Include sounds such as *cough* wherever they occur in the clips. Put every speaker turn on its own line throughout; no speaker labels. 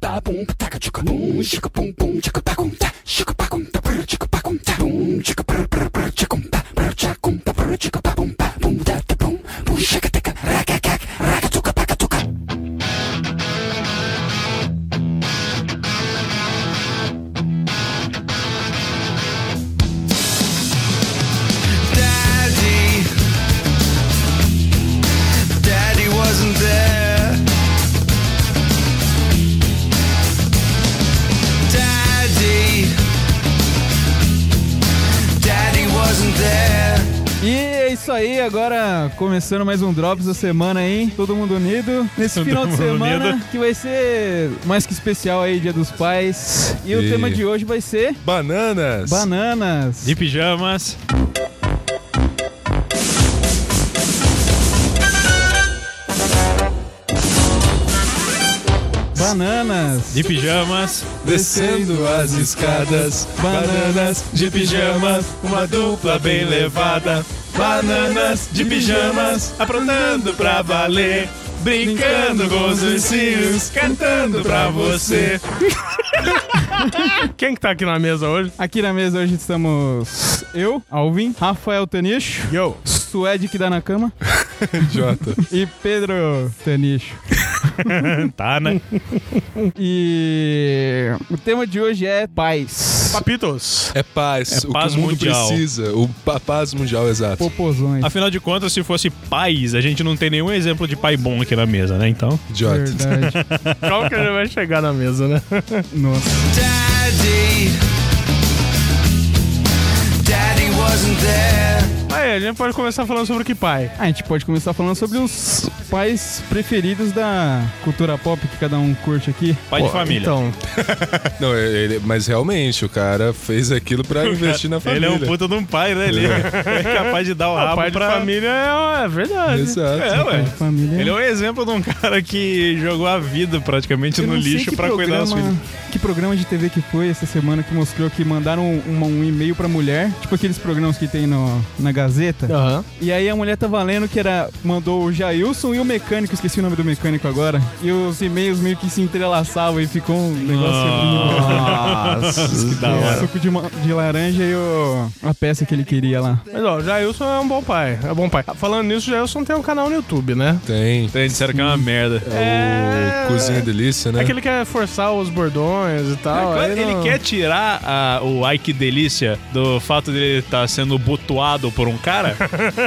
tá, bum, taca, tchuca, bum, tchuca, bum, bum, tchuca, pacum, tá, tchuca, pacum, tá, brr, tchuca, pacum, tá, bum, tchuca, brr, brr, brr, tchucum, pá, brr, tchacum, tá, brr, tchuca, pá, bum, pá, bum, tá, tá, bum, bum, tchaca, taca, raca, caca, raca, tchuca, paca, tchuca.
Daddy. Daddy wasn't there. Daddy. Daddy wasn't there.
E é isso aí, agora começando mais um Drops da semana aí, todo mundo unido. Nesse
Todo
final de
mundo
semana,
unido.
que vai ser mais que especial aí, Dia dos Pais. E, o
E-
tema de hoje vai ser
Bananas.
bananas.
De pijamas.
Bananas.
De pijamas.
Descendo as escadas, bananas de pijamas, uma dupla bem levada. Bananas de pijamas, aprontando pra valer, brincando com os ursinhos, cantando pra
*laughs*
você.
Quem que tá aqui na mesa hoje?
Aqui na mesa hoje estamos eu, Alvin, Rafael Tanicho,
Yo.
Suede que dá na cama
Jota.
e Pedro Tanicho.
Tá, né?
E o tema de hoje é paz.
Papitos.
É paz, o
paz
que o mundo
mundial.
precisa. O pa- paz mundial, exato.
Popozões.
Afinal de contas, se fosse pais, a gente não tem nenhum exemplo de pai bom aqui na mesa, né? Então.
Jota.
Verdade.
Qual que já vai chegar na mesa, né?
Nossa.
Daddy. Daddy wasn't there.
Aí, a gente pode começar falando sobre que pai.
A gente pode começar falando sobre os pais preferidos da cultura pop que cada um curte aqui.
Pai de família.
Então,
Não, é, ele- mas realmente, o cara fez aquilo pra investir na família.
Ele é um puta de um pai, né? Ele é capaz de dar o rabo
pai de
pra...
família é, é verdade.
Exato.
É,
Pai
ué.
de família.
Ele é um exemplo de um cara que jogou a vida praticamente
Eu
no
não sei
lixo
que
pra cuidar das filhas.
Que programa de TV que foi essa semana que mostrou que mandaram um, um e-mail pra mulher, tipo aqueles programas que tem no, na Gazeta.
Aham.
E aí a mulher tá valendo que era. Mandou o Jailson e o mecânico, esqueci o nome do mecânico agora. E os e-mails meio que se entrelaçavam e ficou um negócio.
Nossa, da
O
hora.
suco de, ma- de laranja e o, a peça que ele queria lá.
Mas ó, o Jailson é um bom pai. É um bom pai. Falando nisso, o Jailson tem um canal no YouTube, né?
Tem.
Então, disseram que é uma merda.
O Cozinha Delícia, né?
É que ele quer forçar os bordões e tal.
Claro,
aí
É, ele
não-
quer tirar a- o Ai que delícia do fato dele estar sendo botuado por um
*laughs*
cara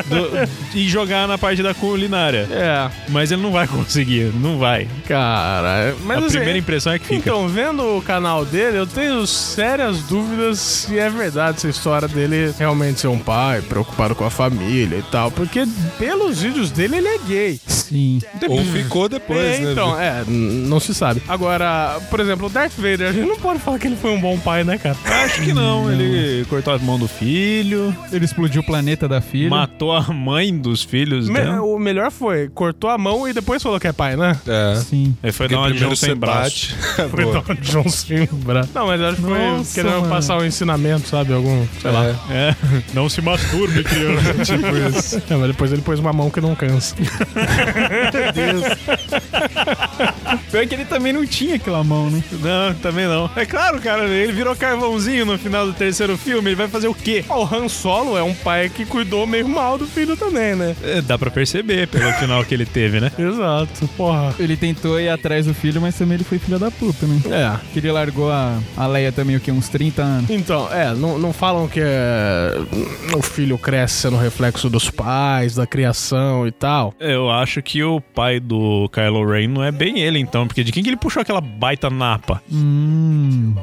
do- e jogar na parte da culinária.
É,
Mas ele não vai conseguir, não vai.
cara. Mas
a
assim,
primeira impressão é que fica.
Então, vendo o canal dele, eu tenho sérias dúvidas se é verdade essa história dele realmente ser um pai, preocupado com a família e tal. Porque pelos vídeos dele, ele é gay.
Sim.
Ou ficou depois,
É,
né?
então, é, n- não se sabe. Agora, por exemplo, o Darth Vader, a gente não pode falar que ele foi um bom pai, né, cara?
Acho que não, ele cortou a mão do filho,
Ele explodiu o planeta da filha.
matou a mãe dos filhos
Me-
dela.
o melhor foi, cortou a mão e depois falou que é pai, *laughs* né?
É.
Sim.
Ele foi
Porque
dar uma de
primeiro
João
você
sem braço.
bate. *laughs*
Foi
Boa.
Don John Simbra. Não, mas acho que foi
Nossa,
querendo
mano.
passar um ensinamento, sabe? Algum, sei lá.
É.
É, não se masturbe, criança.
Tipo isso. *laughs* Não, mas depois ele pôs uma mão que não *laughs* cansa.
Pior que ele também não tinha aquela mão, né?
*laughs* não, também não. É claro, cara, ele virou carvãozinho no final do terceiro filme, ele vai fazer o quê?
Ó, O Han Solo é um pai que cuidou meio mal do filho também, né?
É, dá pra perceber pelo final que ele teve, né?
Exato, porra.
Ele tentou ir atrás do filho, mas também ele foi filho da puta, né?
É.
Que ele largou a, a Leia também, o quê? Uns 30 anos.
Então, é, não, não falam que é, o filho cresce sendo reflexo dos pais, da criação e tal.
Eu acho que o pai do Kylo Ren não é bem ele, então, porque de quem que ele puxou aquela baita napa?
Hum.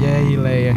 E aí, Leia?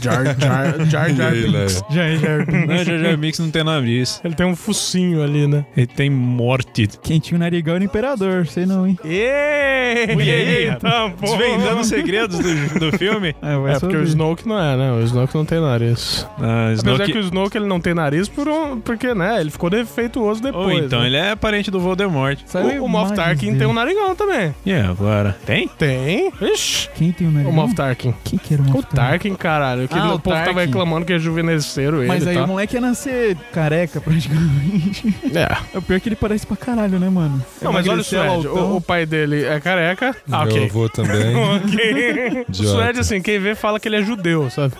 Jar Jar Jar,
E é.
Jar
aí,
Binks.
Léo?
Já, *laughs* já.
Não, Jar Jar Binks não tem nariz.
Ele tem um focinho ali, né?
Ele tem morte.
Quem tinha o narigão era o imperador, sei não, hein?
Ei, então, pô.
Desvendando os segredos do, do filme.
Ah, vai
É porque o
saber.
Snoke não é, né? O Snoke não tem nariz.
Ah,
Apesar
Snoke...
que o Snoke ele não tem nariz por um, porque, né, ele ficou defeituoso depois.
Ou então
né?
ele é parente do Voldemort.
Saiu
O, o Moff
imagens
Tarkin
dele.
tem um narigão também.
E agora? Tem?
Tem. Ixi.
Quem tem o narigão?
O Moff Tarkin.
Quem que era o Moff
O
Tarkin?
Tarkin, caralho. Que
Ah,
o,
o
povo tava
Tarkin.
reclamando que é juvenesceiro ele,
Mas aí
tá?
o moleque ia nascer careca, praticamente.
É.
É o pior que ele parece pra caralho, né, mano?
Não, mas olha o
Emagreceu
Suede.
é altão.
O, o pai dele é careca. Ah,
Meu
ok. *laughs*
avô também.
*laughs*
Ok. O
Idiota.
Suede, assim, quem vê fala que ele é judeu, sabe?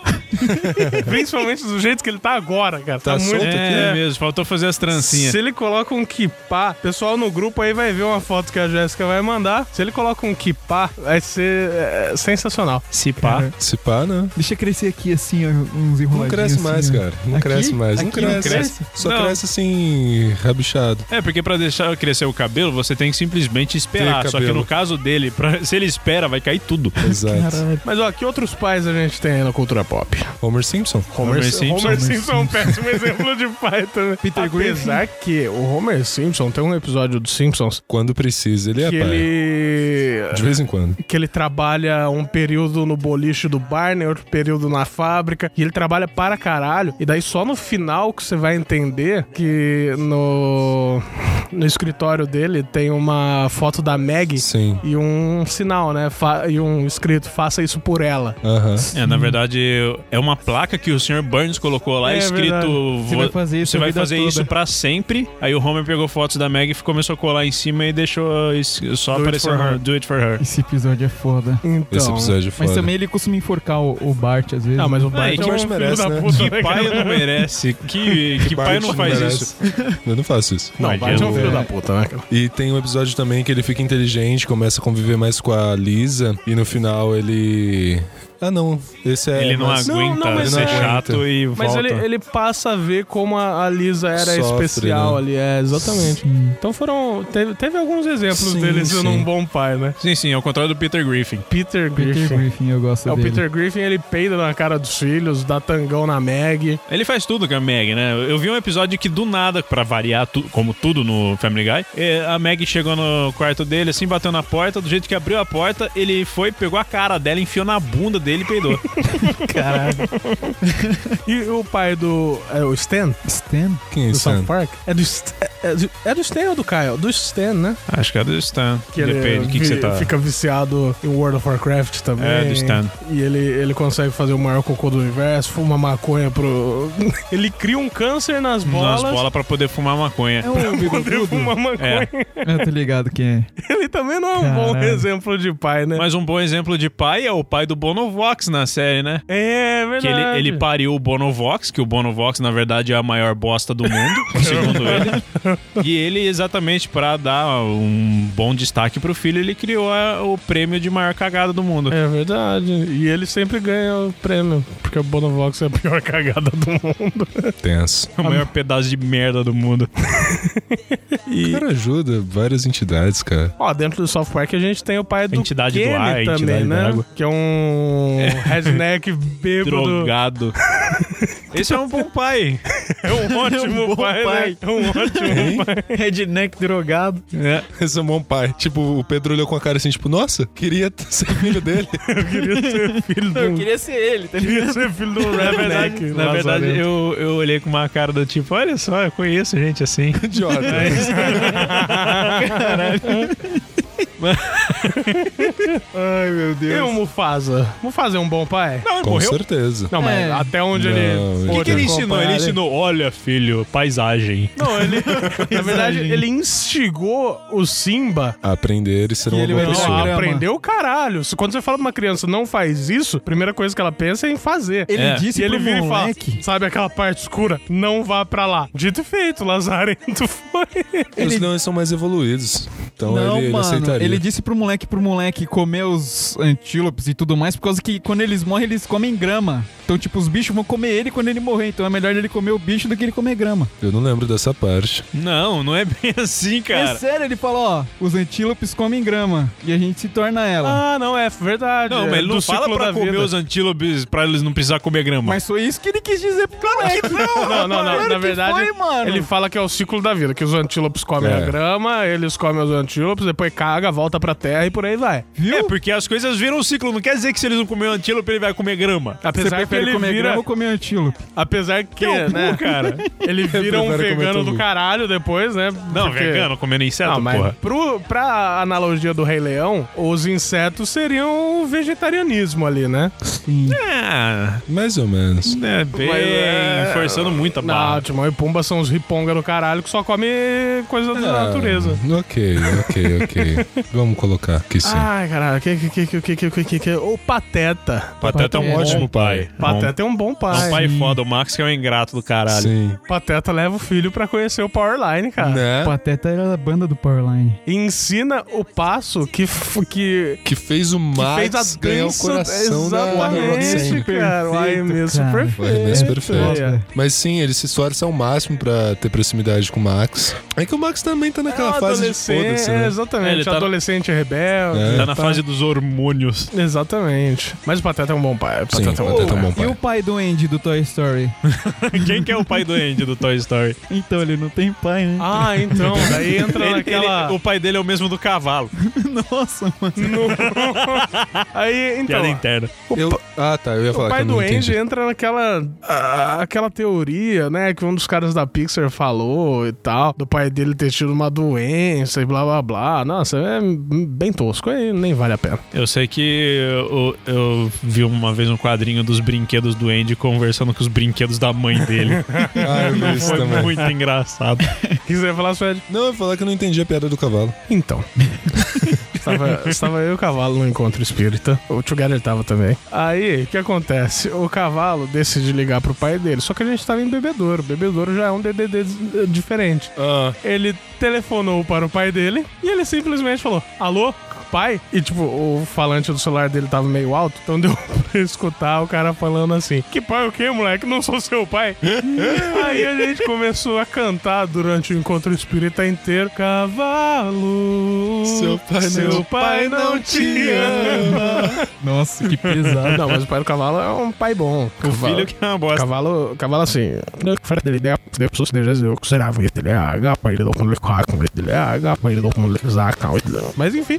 Principalmente do jeito que ele tá agora, cara. Tá,
Tá
muito...
solto aqui,
É, mesmo, faltou fazer as trancinhas.
Se ele coloca um kipá, o pessoal no grupo aí vai ver uma foto que a Jéssica vai mandar. Se ele coloca um kipá, vai ser é, sensacional.
Se pá.
Se pá, né?
Deixa crescer aqui assim, ó, uns enroladinhos.
Não cresce
assim,
mais,
ó.
cara. Não
Aqui?
cresce mais. Não
Aqui não
cresce.
cresce?
Só
Não.
cresce assim, rabichado.
É, porque pra deixar crescer o cabelo, você tem que simplesmente esperar.
Ter
Só que
cabelo.
no caso dele, pra- *laughs* se ele espera, vai cair tudo.
Exato.
Caralho.
Mas ó, que outros pais a gente tem aí na cultura pop?
Homer Simpson.
Homer Simpson.
Homer Simpson é um péssimo *laughs* exemplo de pai também.
Peter Griffin.
Apesar que o Homer Simpson tem um episódio dos Simpsons
Quando precisa, ele é
que
pai.
ele.
De vez em quando.
que ele trabalha um período no boliche do Barney, outro período na fábrica, e ele trabalha para caralho. E daí só no final que você vai entender que no, no escritório dele tem uma foto da Maggie
Sim.
e um sinal, né? Fa- e um escrito, faça isso por ela.
Aham.
É, na verdade, é uma placa que o Sr. Burns colocou lá,
É, verdade.
escrito...
Você
"Vo-
vai fazer isso
Você
a
vai
vida
fazer
toda."
isso pra sempre. Aí o Homer pegou fotos da Meg e começou a colar em cima e deixou es- só
Do it
aparecer
for her.
Do It For Her.
Esse episódio é foda.
Então.
Esse episódio é foda.
Mas também ele costuma enforcar o, o Bart às vezes.
Ah, mas o Barney
que Bart
merece, né?
Que pai não merece. *laughs* Que, que pai não faz isso.
*laughs* Eu não faço isso.
Não, o Bart é um filho da puta, né? cara?
E tem um episódio também que ele fica inteligente, começa a conviver mais com a Lisa e no final ele. Ah não, esse é.
Ele não
mas-
Não,
aguenta
não, mas
ser
é-
chato e
Mas
volta.
ele, ele passa a ver como a, a Lisa era
Sofre,
especial
né?
ali, é, exatamente. Então foram. Teve, teve alguns exemplos
Sim,
dele sendo
sim.
um bom pai, né?
Sim, sim, ao contrário do Peter Griffin.
Peter Griffin.
Peter Griffin, eu gosto
É, o
dele.
Peter Griffin, ele peida na cara dos filhos, dá tangão na Meg.
Ele faz tudo com a Meg, né? Eu vi um episódio que do nada, pra variar, tu- como tudo no Family Guy, eh, a Meg chegou no quarto dele, assim, bateu na porta, do jeito que abriu a porta, ele foi, pegou a cara dela, enfiou na bunda dele e peidou.
E o pai do. É o Stan?
Stan?
Quem é
Do
esse
South
ano?
Park? É do, St- é, do, é do Stan ou do Kyle? Do Stan, né?
*laughs* Acho que é do Stan. Depende do que, que
vi-
você tá.
Fica viciado em World of Warcraft também.
É, do Stan.
E ele, ele consegue fazer o maior cocô do universo, fuma maconha pro. *laughs* ele cria um câncer nas bolas.
Nas
*laughs*
bolas pra poder fumar maconha.
É o
Ele
bigodudo?
fuma maconha.
É.
*laughs* Eu tô ligado quem é.
Ele também não é um bom
Caralho.
exemplo de pai, né?
Mas um bom exemplo de pai é o pai do Bonovox na série, né?
É
Que ele,
verdade.
ele pariu o Bonovox, que o Bonovox, na verdade, é a maior bosta do mundo, *laughs* segundo ele. E ele, exatamente pra dar um bom destaque pro filho, ele criou a- o prêmio de maior cagada do mundo.
É verdade. E ele sempre ganha o prêmio, porque o Bonovox é a pior *laughs* cagada do mundo.
Tenso.
*laughs*
É,
O maior pedaço de merda do mundo.
O cara ajuda várias entidades, cara. *laughs*
Ó, dentro do South Park a gente tem o pai do
Entidade do
Kenny
ar,
também,
entidade
né?
da água.
Que é um
*laughs*
redneck bêbado. *laughs*
Drogado. Esse é um bom pai. *laughs*
É um ótimo
bom
pai,
pai.
né? É um ótimo pai.
Redneck drogado.
né?
Esse é um bom pai. Tipo, o Pedro olhou com a cara assim, tipo, nossa, queria *laughs* t- ser filho dele.
Filho do... Eu
queria ser ele, tá ligado?
queria ser filho do
Na
redneck.
verdade, na verdade,
lazarento.
eu, eu olhei com uma cara do tipo, olha só, eu conheço gente assim.
Idiota.
Ai, meu
E
Deus.
o Mufasa? Mufasa é um bom pai?
Não,
com certeza.
Não, mas
É.
até onde
Não,
ele...
ele-
O que, que ele ensinou? Ele
acompanhar,
ensinou, olha, filho, paisagem. *laughs*
Não, ele... na verdade,
Exagero.
ele instigou o Simba
Aprender e ser
E
uma
ele
boa
vai
Não,
pessoa.
programa.
aprendeu o caralho. Se- Quando você fala pra uma criança não faz isso, a primeira coisa que ela pensa é em fazer.
Ele
É.
disse
e ele
pro
vira e
moleque...
fala, sabe aquela parte escura? Não vá pra lá. Dito e feito, *laughs* Lazarento foi.
Eles não eles são mais evoluídos. Então
não,
ele, ele
mano.
aceitaria.
Ele disse pro moleque, pro moleque comer os antílopes e tudo mais, por causa que quando eles morrem, eles comem grama. Então, tipo, os bichos vão comer ele quando ele morrer. Então é melhor ele comer o bicho do que ele comer grama.
Eu não lembro dessa parte.
Não, não é bem *laughs* assim,
É
cara.
sério, ele fala, ó, os antílopes comem grama e a gente se torna ela.
Ah, não, é verdade.
Não, mas
é
ele não
do
fala
ciclo
pra
da
comer
vida.
os antílopes pra eles não precisar comer grama.
Mas foi isso que ele quis dizer pro moleque.
Não, não, não.
Claro
Na
que
verdade,
foi, mano.
ele fala que é o ciclo da vida, que os antílopes comem
É.
a grama, eles comem os antílopes, depois caga, volta pra terra e por aí vai.
É, porque as coisas viram um ciclo. Não quer dizer que se eles não comerem antílope, ele vai comer grama.
Você
Apesar que
prefere
ele
comer
vira,
grama ou comer antílope?
apesar que, né, *laughs*
cara.
ele vira um
prefiro comer
vegano do
tudo.
caralho depois, né?
Não,
porque-
vegano comendo inseto,
Não, mas
porra.
pro, pra analogia do Rei Leão, os insetos seriam o vegetarianismo ali, né?
Ah,
Mais ou menos.
é bem.
Mas, é,
Forçando
Tá
muito a
Não,
barra.
Timão e Pumba são os riponga do caralho que só come coisa da natureza.
Ah, Ok, ok,
*laughs*
ok. Vamos colocar que sim.
Ai, caralho, que que que que que que que que que o tipo, Pateta.
Pateta é um ótimo pai.
Pateta é um bom
É
pai.
um pai foda. O Max que é um ingrato do caralho.
Sim.
Pateta leva o filho pra conhecer o Powerline, cara.
Né?
Pateta era da banda do Powerline.
E ensina o passo que f- que
Que fez o Max
fez a
ganhar o
dança-
coração da Warner Bros.
Exatamente,
Sempre.
cara. O
Perfeito,
arremesso
cara.
O
É,
arremesso
É,
perfeito.
Olha.
Mas sim, eles se esforçam ao máximo pra ter proximidade com o Max. É que o Max também tá
É um
naquela fase de
adolescente,
foda-se, né?
É,
Exatamente,
ele tá-
adolescente rebelde.
É.
Tá na fase dos hormônios. *laughs*
Exatamente. Mas o Pateta é um bom pai. O
Sim,
Pateta é um
Pateta é um
bom
bom
pai.
E o pai
pai.
do Andy do Toy Story? *laughs*
Quem que é o pai do Andy do Toy Story?
Então, ele não tem pai, né?
Ah, então, daí
*laughs*
entra
Ele-
naquela.
ele-
*laughs*
o pai dele é o mesmo do cavalo.
Nossa, mano.
Aí, então.
Piada interna.
Eu- Ah, tá. Eu ia
O
falar que
pai
eu
do
não
Andy
entendi.
entra naquela ah, aquela teoria, né, que um dos caras da Pixar falou e tal, do pai dele ter tido uma doença e blá blá blá. Nossa, é bem tosco, aí nem vale
*laughs*
a pena.
Eu sei que eu, eu vi uma vez um quadrinho dos brinquedos do Andy conversando com os brinquedos da mãe dele.
*laughs*
Ah, eu vi isso
Foi
também.
muito engraçado.
O que você ia falar, Fred?
Não, eu ia falar que eu não entendi a piada do cavalo.
*laughs* Então. estava, estava eu e o cavalo no encontro espírita. O Together tava também. Aí, o que acontece? O cavalo decide ligar pro pai dele. Só que a gente tava em bebedouro. Bebedouro já é um DDD d- diferente. Ele telefonou para o pai dele e ele simplesmente falou: Alô? Pai? E tipo, o falante do celular dele tava meio alto, então deu *laughs* pra escutar o cara falando assim: Que pai o quê, moleque? Não sou seu pai? *laughs* Aí a gente começou a cantar durante o encontro espírita inteiro. Cavalo,
Seu pai não-
seu pai não te ama.
Nossa, que *laughs* pesado.
Não, mas o pai do cavalo é um pai bom.
O filho que é uma bosta.
Cavalo, cavalo assim. ah, Mas enfim.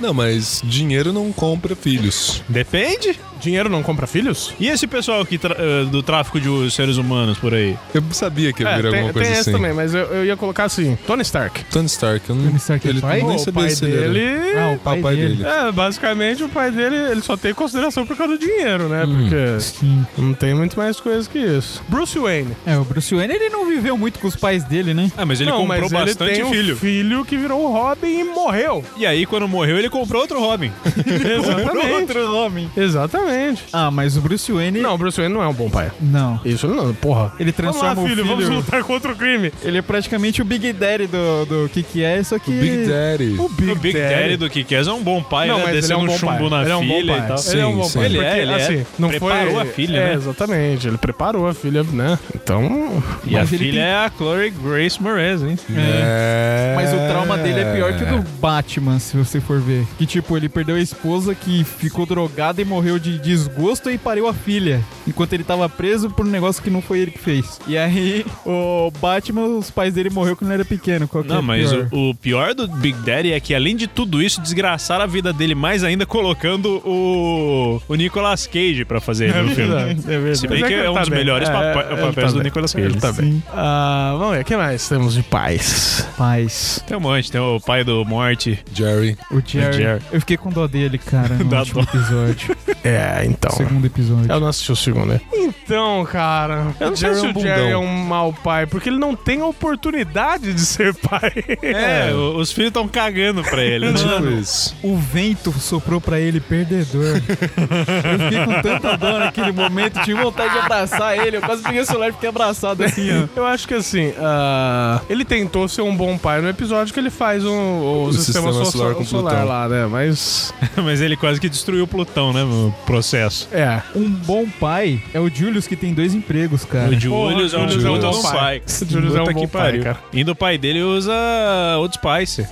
Não, mas dinheiro não compra filhos.
Depende.
Dinheiro não compra filhos?
E esse pessoal que tra- eh, do tráfico de seres humanos por aí?
Eu sabia que ia virar
É, tem,
alguma coisa
tem esse
assim.
também, mas eu, eu ia colocar assim: Tony Stark.
Tony Stark. Eu não...
Tony Stark é
ele
pai?
nem
Pô, o
sabia
pai
se ele era.
dele.
Ah, o
Ah, o pai dele.
É, basicamente o pai dele ele só tem consideração por causa do dinheiro, né?
Hum.
Porque
Sim.
não tem muito mais coisa que isso. Bruce Wayne.
É, o Bruce Wayne, ele não viveu muito com os pais dele, né?
Ah, mas ele
não,
comprou
mas
bastante
ele tem
filho.
Um filho que virou o Robin e morreu.
E aí, quando morreu, ele comprou outro
*laughs*
Robin.
Exatamente.
outro Robin.
Exatamente.
Ah, mas o Bruce Wayne...
Não, o Bruce Wayne não é um bom pai.
Não.
Isso ele não, porra.
Ele transforma o filho...
lutar contra o crime.
Ele é praticamente o Big Daddy do, do que que é, só que...
Big Daddy.
O Big,
O Big Daddy do Kikés é um bom pai,
Não,
né?
mas ele é
Descendo
um bom
chumbo
pai.
na
Ele é um bom
filha e
pai. assim,
tal.
Sim, sim.
Ele é, ele é.
não
Preparou
foi...
a filha,
é,
né?
Exatamente, ele preparou a filha, né? Então,
E a
Mas ele
filha
tem-
é a Chloe Grace Moretz, hein?
É.
Mas o trauma dele é pior que o do Batman, se você for ver. Que tipo, ele perdeu a esposa que ficou drogada e morreu de desgosto e pariu a filha. Enquanto ele tava preso por um negócio que não foi ele que fez. E aí, o Batman, os pais dele morreu quando ele era pequeno. Qual que é
Não, mas
pior?
o, o pior do Big Daddy é que, além de tudo isso, desgraçaram a vida dele mais ainda colocando o, o Nicolas Cage pra fazer ele no filme.
é verdade.
Se bem que é um dos melhores papa- papéis do Nicolas Cage.
Ele tá bem. Ah, vamos ver, o que mais temos de pais?
Paz.
Tem um monte, tem o pai do Morty.
Jerry.
O Jerry.
O Jerry.
Eu fiquei com dó dele,
*laughs*
cara, no
Dá
último
dó. É.
episódio.
*laughs*
É, então.
segundo episódio.
Eu não assisti o segundo, né? Então, cara. Eu não sei
Jerry
se
é um
o Jerry
bundão.
é um mau pai, porque ele não tem a oportunidade de ser pai.
*laughs* É, o- os filhos estão cagando pra ele. né? *laughs*
Tipo isso.
O vento soprou pra ele perdedor. Eu fiquei com tanta dor naquele momento, tive vontade de abraçar ele. Eu quase peguei o celular e fiquei abraçado assim, ó.
Eu acho que assim, ah, ele tentou ser um bom pai no episódio que ele faz um- o,
O
sistema,
sistema
solar,
solar Solar com
o solar
Plutão.
lá, né? Mas.
Mas ele quase que destruiu Plutão, né? O processo.
*laughs*
É.
Um bom pai é o Julius que tem dois empregos, cara.
O Julius é um
Julius é um
puta
bom
do pai.
O Julius é um
Puta
bom
que
pai,
pariu.
cara.
Ainda o pai dele usa Old Spice.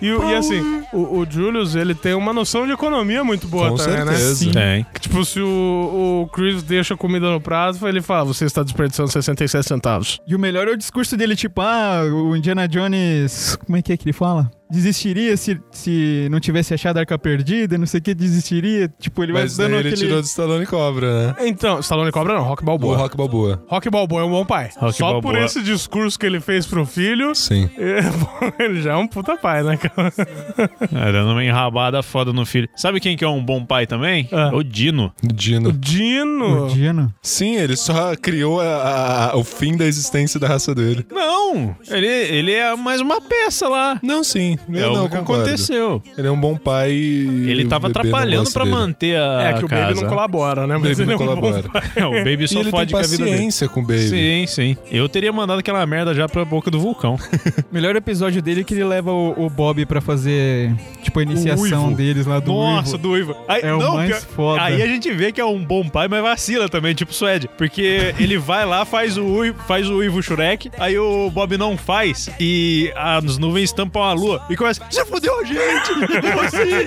E, o- e assim, o, o Julius, ele tem uma noção de economia muito boa
Com
também, né?
certeza.
Tem.
Tipo, se o, o Chris deixa a comida no prazo, ele fala: você está desperdiçando 67 centavos.
E o melhor é o discurso dele, tipo, ah, o Indiana Jones. Como é que é que ele fala? Desistiria se, se não tivesse achado a arca perdida, não sei o que, desistiria. Tipo, ele
Mas
vai
daí
dando
ele
aquele.
tirou do Stallone Cobra, né?
Então, Stallone Cobra não, Rock
O
Balboa. Rock...
Rock Balboa.
Balboa é um bom pai.
Rock
Só
Balboa.
por esse discurso que ele fez pro filho, *laughs*
Sim.
é, bom, ele já é um puta pai, né, cara?
É, dando uma enrabada foda no filho. Sabe quem que é um bom pai também?
Ah.
O Dino.
Dino.
Dino.
O Dino.
Sim, ele só criou a- a- o fim da existência da raça dele.
Não! Ele, ele é mais uma peça lá.
Não, sim.
é
não,
o que
concordo.
aconteceu.
Ele é um bom pai. e
Ele tava
o bebê não
atrapalhando
gosta
pra
dele.
manter a
É que o
Ah, casa.
Baby não colabora, né?
O
Mas
bebê
ele
não
é um
colabora.
bom pai.
É, o Baby
E
só
ele tem
fode com a vida dele.
paciência com o Baby.
Sim, sim. Eu teria mandado aquela merda já pra boca do vulcão.
*laughs* Melhor episódio dele é que ele leva o, o Bob pra fazer, tipo, a iniciação
uivo.
deles lá do
Nossa,
uivo.
do Ivo. Aí,
É o
não,
mais
pior-
foda.
Aí a gente vê que é um bom pai, mas vacila também, tipo o Suede. Porque ele vai lá, faz o, Uivo, faz o Ivo Shrek, aí o Bob não faz e as nuvens tampam a lua. E começa, você fodeu a gente!
*laughs*
Você!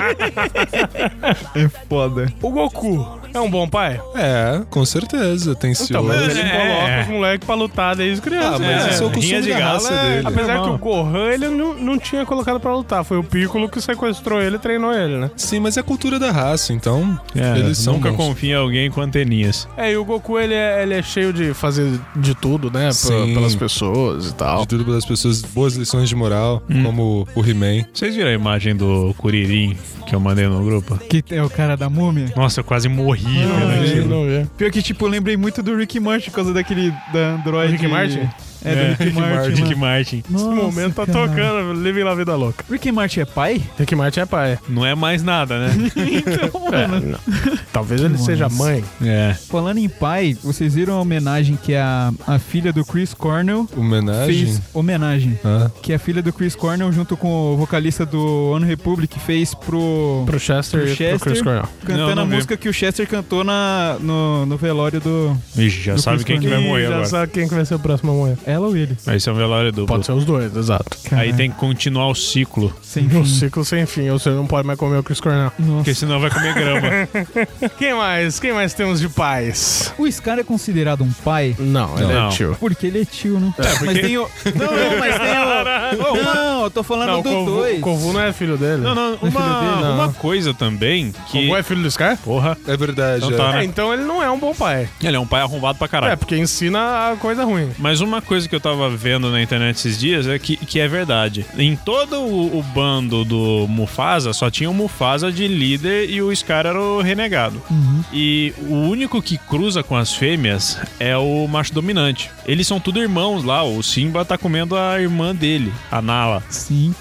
É foda.
O Goku é um bom pai?
É, com certeza.
Então,
Atencioso.
mas ele
É.
coloca os moleques pra lutar desde criança.
Ah, mas
É,
isso é o
rinha
costume
de
da
galo
raça
é-
dele.
Apesar
Normal.
que o Gohan, ele não, não tinha colocado pra lutar. Foi o Piccolo que sequestrou ele e treinou ele, né?
Sim, mas é a cultura da raça, então. eles são
É, nunca
bons.
confia em alguém com anteninhas.
É, e o Goku, ele é, ele é cheio de fazer de tudo, né? pra-
Sim.
pelas pessoas e tal.
De tudo pelas pessoas, boas lições de moral,
Hum.
como o He-Man.
Vocês viram a imagem do Curirim que eu mandei no grupo? Ah,
Que é o cara da múmia?
Nossa, eu quase morri vendo
Ele
aquilo.
não vê.
Pior que, tipo, eu lembrei muito do Rick Martin por causa daquele da Android.
Rick Martin?
É, do Rick, Martin.
Rick
mano.
Martin.
Esse
Nossa,
momento tá
cara.
tocando, living la vida louca.
Rick Martin é pai?
Rick Martin é pai.
Não é mais nada, né?
então, mano.
Talvez ele
Nossa.
seja mãe.
é.
Falando em pai, vocês viram a homenagem que a, a filha do Chris Cornell
Homenagem.
fez? Homenagem.
Ah,
Que a filha do Chris Cornell, junto com o vocalista do One Republic, fez pro.
Pro Chester
Pro
e pro Chris
Chester.
Cornell.
cantando
Não, não
a
vi.
música que o Chester cantou na, no, no velório do.
Ixi, já
Do
sabe
Chris
quem que vai
Cornell.
morrer
já
agora.
sabe quem que vai ser o próximo a morrer.
Ela ou ele?
Mas Esse é um velório duplo.
Pode ser os dois, exato.
um
Aí tem que continuar o ciclo,
Sem fim.
Um ciclo sem fim, ou seja, não pode mais comer o Chris Cornell.
Nossa.
porque senão vai comer grama.
Quem mais? Quem mais temos de pais?
O Scar é considerado um pai?
Não, ele
Não.
é tio.
Porque ele é tio, né? Mas tem o. Não, não, mas
*laughs*
tem o. Não, eu tô falando
Não, o
do
Kovu,
dois.
o Kovu não é filho dele.
Não, não, uma,
dele, não.
uma coisa também que.
Kovu é filho do Scar?
Porra,
é verdade.
Então
é.
tá, né?
É, então ele não é um bom pai.
ele é um pai arrombado pra caralho.
É, porque ensina a coisa ruim.
Mas uma coisa que eu tava vendo na internet esses dias é que, que é verdade. Em todo o, o bando do Mufasa, só tinha o Mufasa de líder e o Scar era o renegado.
Uhum.
E o único que cruza com as fêmeas é o macho dominante. Eles são tudo irmãos lá. O Simba tá comendo a irmã dele, a Nala.
Sim.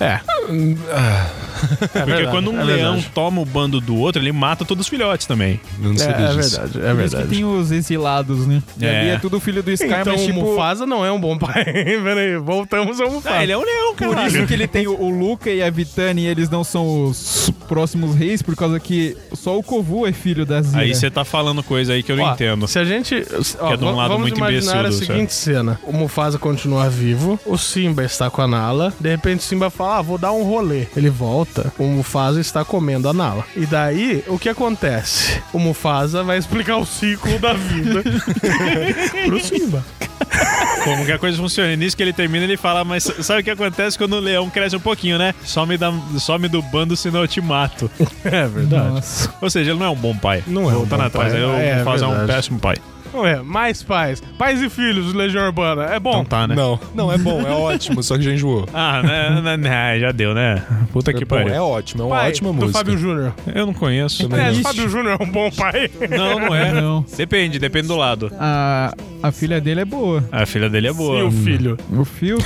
*laughs* É
Porque
verdade,
quando um
é
leão
verdade.
toma o bando do outro, ele mata todos os filhotes também.
Eu não
É,
sabia
é
disso.
verdade, é
Por isso que
verdade.
tem os exilados, né? E
É.
ali é tudo filho do Scar,
Então
mas
o
tipo.
Mufasa não é um bom pai. *laughs* Peraí, voltamos ao Mufasa.
Ah, ele é um leão, cara.
Por
*laughs*
isso que ele tem o, o Luca e a Vitani, e eles não são os próximos reis, por causa que só o Kovu é filho da Zira.
Aí você tá falando coisa aí que eu não
Ó,
entendo.
Se a gente. ó,
Que é de um
va-
lado
vamos
muito
imaginar
imbecil
a
do
seguinte cena: o Mufasa continua vivo, o Simba está com a Nala. De repente, o Simba fala: ah, vou dar um rolê. Ele volta, o Mufasa está comendo a Nala. E daí, o que acontece? O Mufasa vai explicar o ciclo da vida *laughs* pro Simba.
Como que a coisa funciona. E nisso que ele termina, ele fala, mas sabe o que acontece quando o leão cresce um pouquinho, né? Some, da, some do bando, senão eu te mato.
*laughs* É verdade.
Nossa.
Ou seja, ele não é um bom pai.
Não é um
Voltando
bom
atrás,
pai.
aí o
É,
Mufasa é um
verdade.
péssimo pai.
Não é, mais pais. Pais e filhos, Legião Urbana. É bom.
Então tá, né?
Não, não,
*laughs*
é bom, é ótimo, só que já enjoou.
Ah, né, né, né, já deu, né? Puta que
é, bom, é
pariu. então
ótimo, é uma
Pai
ótima
do
música.
Fábio Júnior.
Eu não conheço. né?
Também
É,
não.
o Fábio Júnior é um bom pai.
Não, não é.
Não.
Depende, depende do lado.
A, a filha dele é boa.
A filha dele é boa.
E o filho.
O Phil.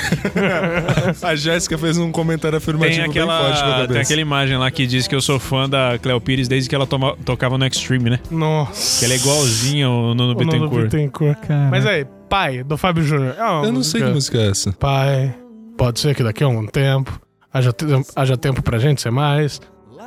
A Jéssica fez um comentário
Tem
afirmativo
é
bem forte com a
aquela,
cabeça.
tem aquela imagem lá que diz que eu sou fã da Cleo Pires desde que ela toma- tocava no Extreme, né?
Nossa.
Que ela é igualzinha ao Nuno
O nome do
Bittencourt.
Bittencourt.
Cara.
Mas aí, pai do Fábio Júnior. É uma
Eu não sei que música é essa.
Pai, pode ser que daqui a algum tempo Haja, te- haja tempo pra gente ser mais.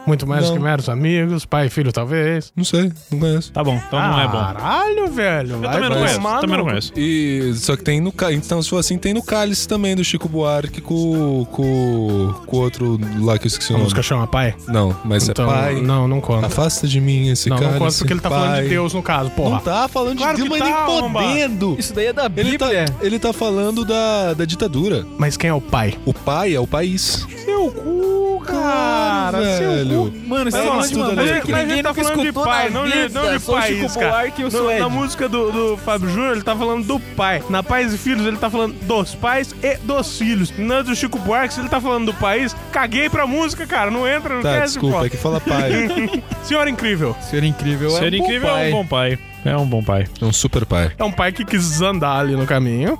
Muito mais
Não.
que meros amigos, pai e filho, talvez.
Não sei, não conheço.
Tá bom, então não
Ah,
é bom.
Caralho, velho.
Eu também não conheço, também não conheço.
E só que tem no cálice. Então, se for assim, tem no cálice também do Chico Buarque com com com o outro lá que eu esqueci o
A
nome.
música chama pai?
Não, mas
Então,
é pai.
não, não conta.
Afasta de mim esse
Não,
cálice.
não conta porque ele tá
pai.
falando de Deus no caso, porra.
Não tá falando
Claro
de
que
Deus, mas
tá,
nem
Omba.
podendo.
Isso daí é da
Ele tá,
Bíblia.
ele tá falando da, da ditadura.
Mas quem é o pai?
O pai é o país.
Seu cu, cara.
velho.
Mano, isso
Mas,
é
não,
uma
mas,
estuda
mas,
dele.
mas a gente tá falando de pai, não de, não é de país, cara. tá é
eu
No-
sou
na
Ed.
música do, do Fábio Júnior, ele tá falando do pai. Na Pais e Filhos, ele tá falando dos pais e dos filhos. Na do Chico Buarque, se ele tá falando do país, caguei pra música, cara. Não entra, não
Tá,
quer
desculpa, é
pô.
que fala pai.
*laughs* Senhora incrível.
Ser incrível é
Ser
um bom
incrível é um
pai.
bom pai. É um bom pai.
É um super pai.
É um pai que quis andar ali no caminho,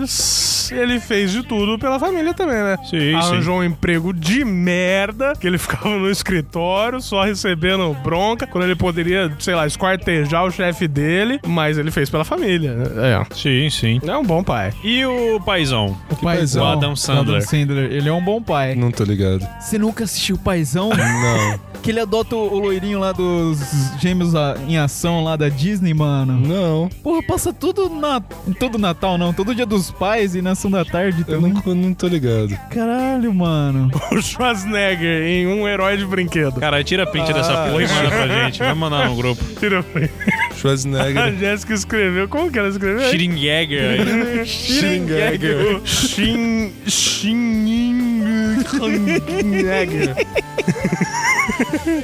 mas ele fez de tudo pela família também, né?
Sim,
Arranjou um emprego de merda, que ele *laughs* ficava no escritório só recebendo bronca, quando ele poderia, sei lá, esquartejar o chefe dele, mas ele fez pela família. né?
sim. Sim, sim.
É, é um bom pai. *laughs*
E o paizão?
O paizão.
O Adam Sandler.
Adam Sandler, ele é um bom pai.
Não tô ligado.
Você nunca assistiu o paizão?
Não.
*laughs* que ele adota o o loirinho lá dos gêmeos a- em ação lá da Disney, mano.
Não.
Porra, passa tudo na... todo Natal, não. Todo dia dos pais e na ação da tarde
Eu
também.
não, eu não tô ligado.
Caralho, mano.
O Schwarzenegger em Um Herói de Brinquedo.
Cara, tira print
Ah.
dessa porra e manda pra gente. Vai mandar no *laughs* grupo.
*laughs* Tira pra mim. A
Schwarzenegger.
Jéssica escreveu. Como que ela escreveu?
Schillingjäger aí.
Schwarzenegger.
Shin. Schwarzenegger.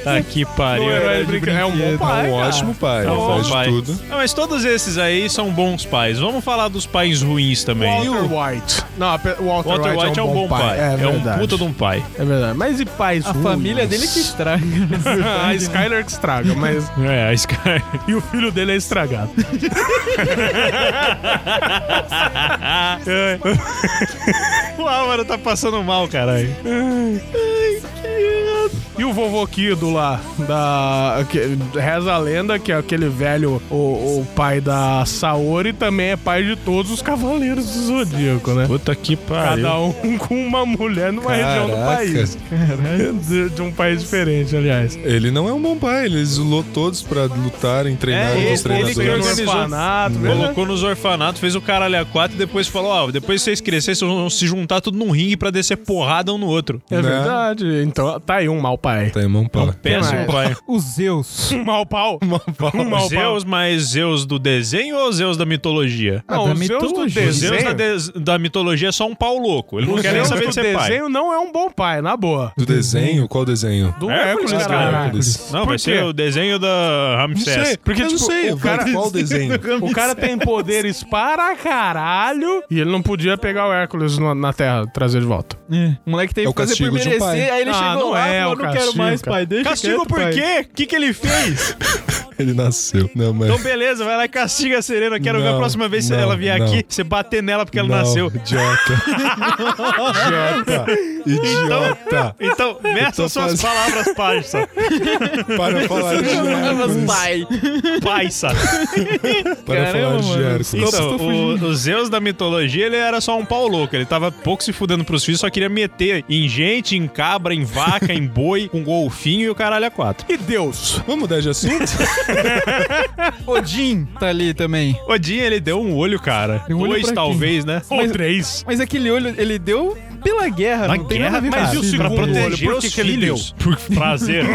Tá que
Um
pariu.
Herói de Brinquedo. *laughs* É um bom pai.
Um
cara.
ótimo pai.
É um bom
faz de
pai.
tudo.
Não, mas todos esses aí são bons pais. Vamos falar dos pais ruins também.
um Walter White. Não, a pe- Walter,
Walter
White, é um bom pai.
É, um
verdade.
puta de um pai.
É verdade. Mas e pais
A família dele
*laughs*
que estraga. na *laughs*
A
verdade, né?
Skyler que estraga, mas.
É, a Sky.
*laughs* e o filho dele é estragado.
*laughs* o Álvaro tá passando mal, caralho.
E o vovô Kido lá, da. que- reza a lenda que é aquele velho, o, o pai da Saori, também é pai de todos os cavaleiros do Zodíaco, né?
Puta que pariu.
Cada um com uma mulher numa região do
Caraca.
país. De, de um país diferente, aliás.
Ele não é um bom pai. Ele exilou todos pra lutarem,
É,
treinar
ele-
com
ele
os treinadores. Tá,
que organiza-
Um
organizou-
orfanato, né?
Colocou nos orfanatos, fez o caralho a quatro e depois falou: Ó, depois que vocês crescerem, vocês vão se juntar tudo num ringue pra descer porrada um no outro.
É verdade. Então tá aí um mau pai.
Tem um pai.
Péssimo
mais?
pai.
O Zeus.
Um mau pau. *laughs* Um mau pau.
Zeus, mas Zeus do desenho ou Zeus da mitologia?
Não,
Ah, da
o Zeus do
mitologia.
desenho.
Zeus da, des- da mitologia é só um pau louco. Ele não
O
quer nem
Zeus
saber
do
de ser pai.
desenho não é um bom pai, na boa.
Do desenho? Qual desenho?
Do
Hércules,
Hércules,
cara.
cara.
é, Hércules.
Não,
Por
vai ser
quê?
o desenho da
Não
Ramsés.
sei, porque eu não
tipo,
sei.
o cara-
Qual desenho?
O cara tem poderes para caralho e ele não podia pegar o Hércules no- na Terra, trazer de volta.
É, o moleque teve
É o
que fazer por
castigo de um
merecer,
pai.
aí ele
Ah,
chegou
não
lá e
é
falou,
o
não quero mais,
castigo,
pai, deixa
Castigo
quieto,
por
pai.
quê? O que, que ele
*laughs*
fez?
*laughs* Ele nasceu. Não, mas...
então, beleza, vai lá e castiga a Serena. Quero ver a
Não,
próxima vez se
não,
ela vier
não.
aqui, você bater nela porque ela
Não,
nasceu.
Idiota. idiota. Idiota.
Então, meça
tô
suas
faz-
palavras, parça.
*laughs*
Para falar de
Mas,
Hércules.
pai.
Paisa.
Para
Caramba,
falar de
mano.
Hércules.
Então, o, o Zeus da mitologia, ele era só um pau louco. Ele tava pouco se fudendo pros filhos, só queria meter em gente, em cabra, em vaca, em boi, *laughs* com um golfinho e o caralho a quatro.
E Deus?
Vamos mudar de assunto?
Odin tá ali também.
*laughs* Odin, ele deu um olho, cara.
Deu um olho pra
Dois,
quem?
talvez, né?
Ou três?
Mas aquele olho, ele deu pela guerra,
Na
não tem nada
guerra,
a ver com
mas
a
e o
vida.
segundo
Pra proteger
olho? Por
os
que, que ele deu?
filhos?
Por *laughs* prazer.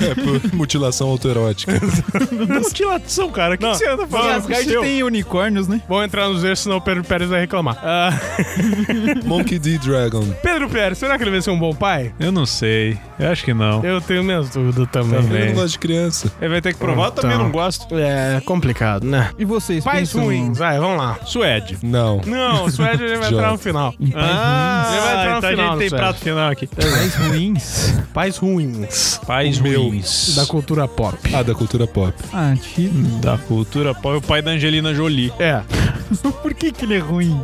É, por mutilação autoerótica.
Mutilação, cara. O que,
Não.
que você anda
E
falando?
Asgard
seu?
tem unicórnios, né?
Vão entrar nos versos, senão o Pedro Pérez vai reclamar. Ah,
Monkey D. Dragon.
Pedro Pérez, será que ele vai ser um bom pai?
Eu não sei. Eu acho que não.
Eu tenho minhas dúvidas também.
Ele não gosta de criança.
Ele vai ter que provar, eu também
Então.
não gosto.
É complicado, né?
E vocês,
Pais
pensam-
ruins, vai, vamos lá.
Suede.
Não.
Não, o Suede ele vai entrar no final.
Ah,
Ele vai entrar no
então
final
a gente
do
tem
Suede.
prato final aqui.
Pais *laughs* ruins?
Pais ruins
Pais
meu.
ruins.
da cultura pop.
Ah, da cultura pop.
Ah, tio.
Da cultura pop, o pai da Angelina Jolie.
É.
Por que, que ele é ruim?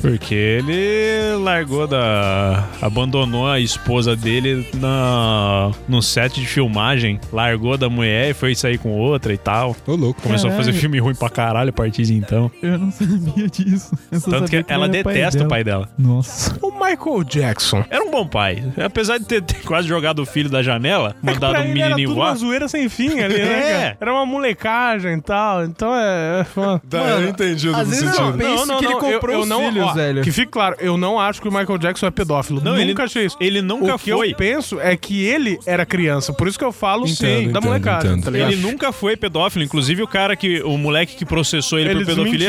Porque ele largou da. abandonou a esposa dele na, no set de filmagem, largou da mulher e foi sair com outra e tal.
Ô, louco.
Começou a fazer
Caralho.
filme ruim pra caralho a partir de então.
Eu não sabia disso. Eu só
Tanto
sabia
que ela
ele era
detesta o pai dela.
dela. Nossa.
O Michael Jackson. É
Era um bom pai. Apesar de ter, ter quase jogado o filho da janela, mandado
É Pra
um
ele era
menininho
tudo uma
voar.
zoeira sem fim *laughs* ali, né,
É.
cara? Era uma molecagem e tal, então é... é fã.
Da, Tá, eu entendi o
às
duplo
vezes
sentido.
não, Pensa que ele comprou
eu, eu
os
não,
filhos,
ó,
velho.
Que fique claro, eu não acho que o Michael Jackson é pedófilo.
Não,
nunca
ele-
achei isso.
Ele nunca
o que
foi.
eu penso é que ele era criança, por isso que eu falo sim,
Entendo,
da
entendo,
molecagem,
entendo.
tá ligado?
Ele nunca foi pedófilo. Inclusive, o cara que. O moleque que processou ele,
Ele
por pedofilia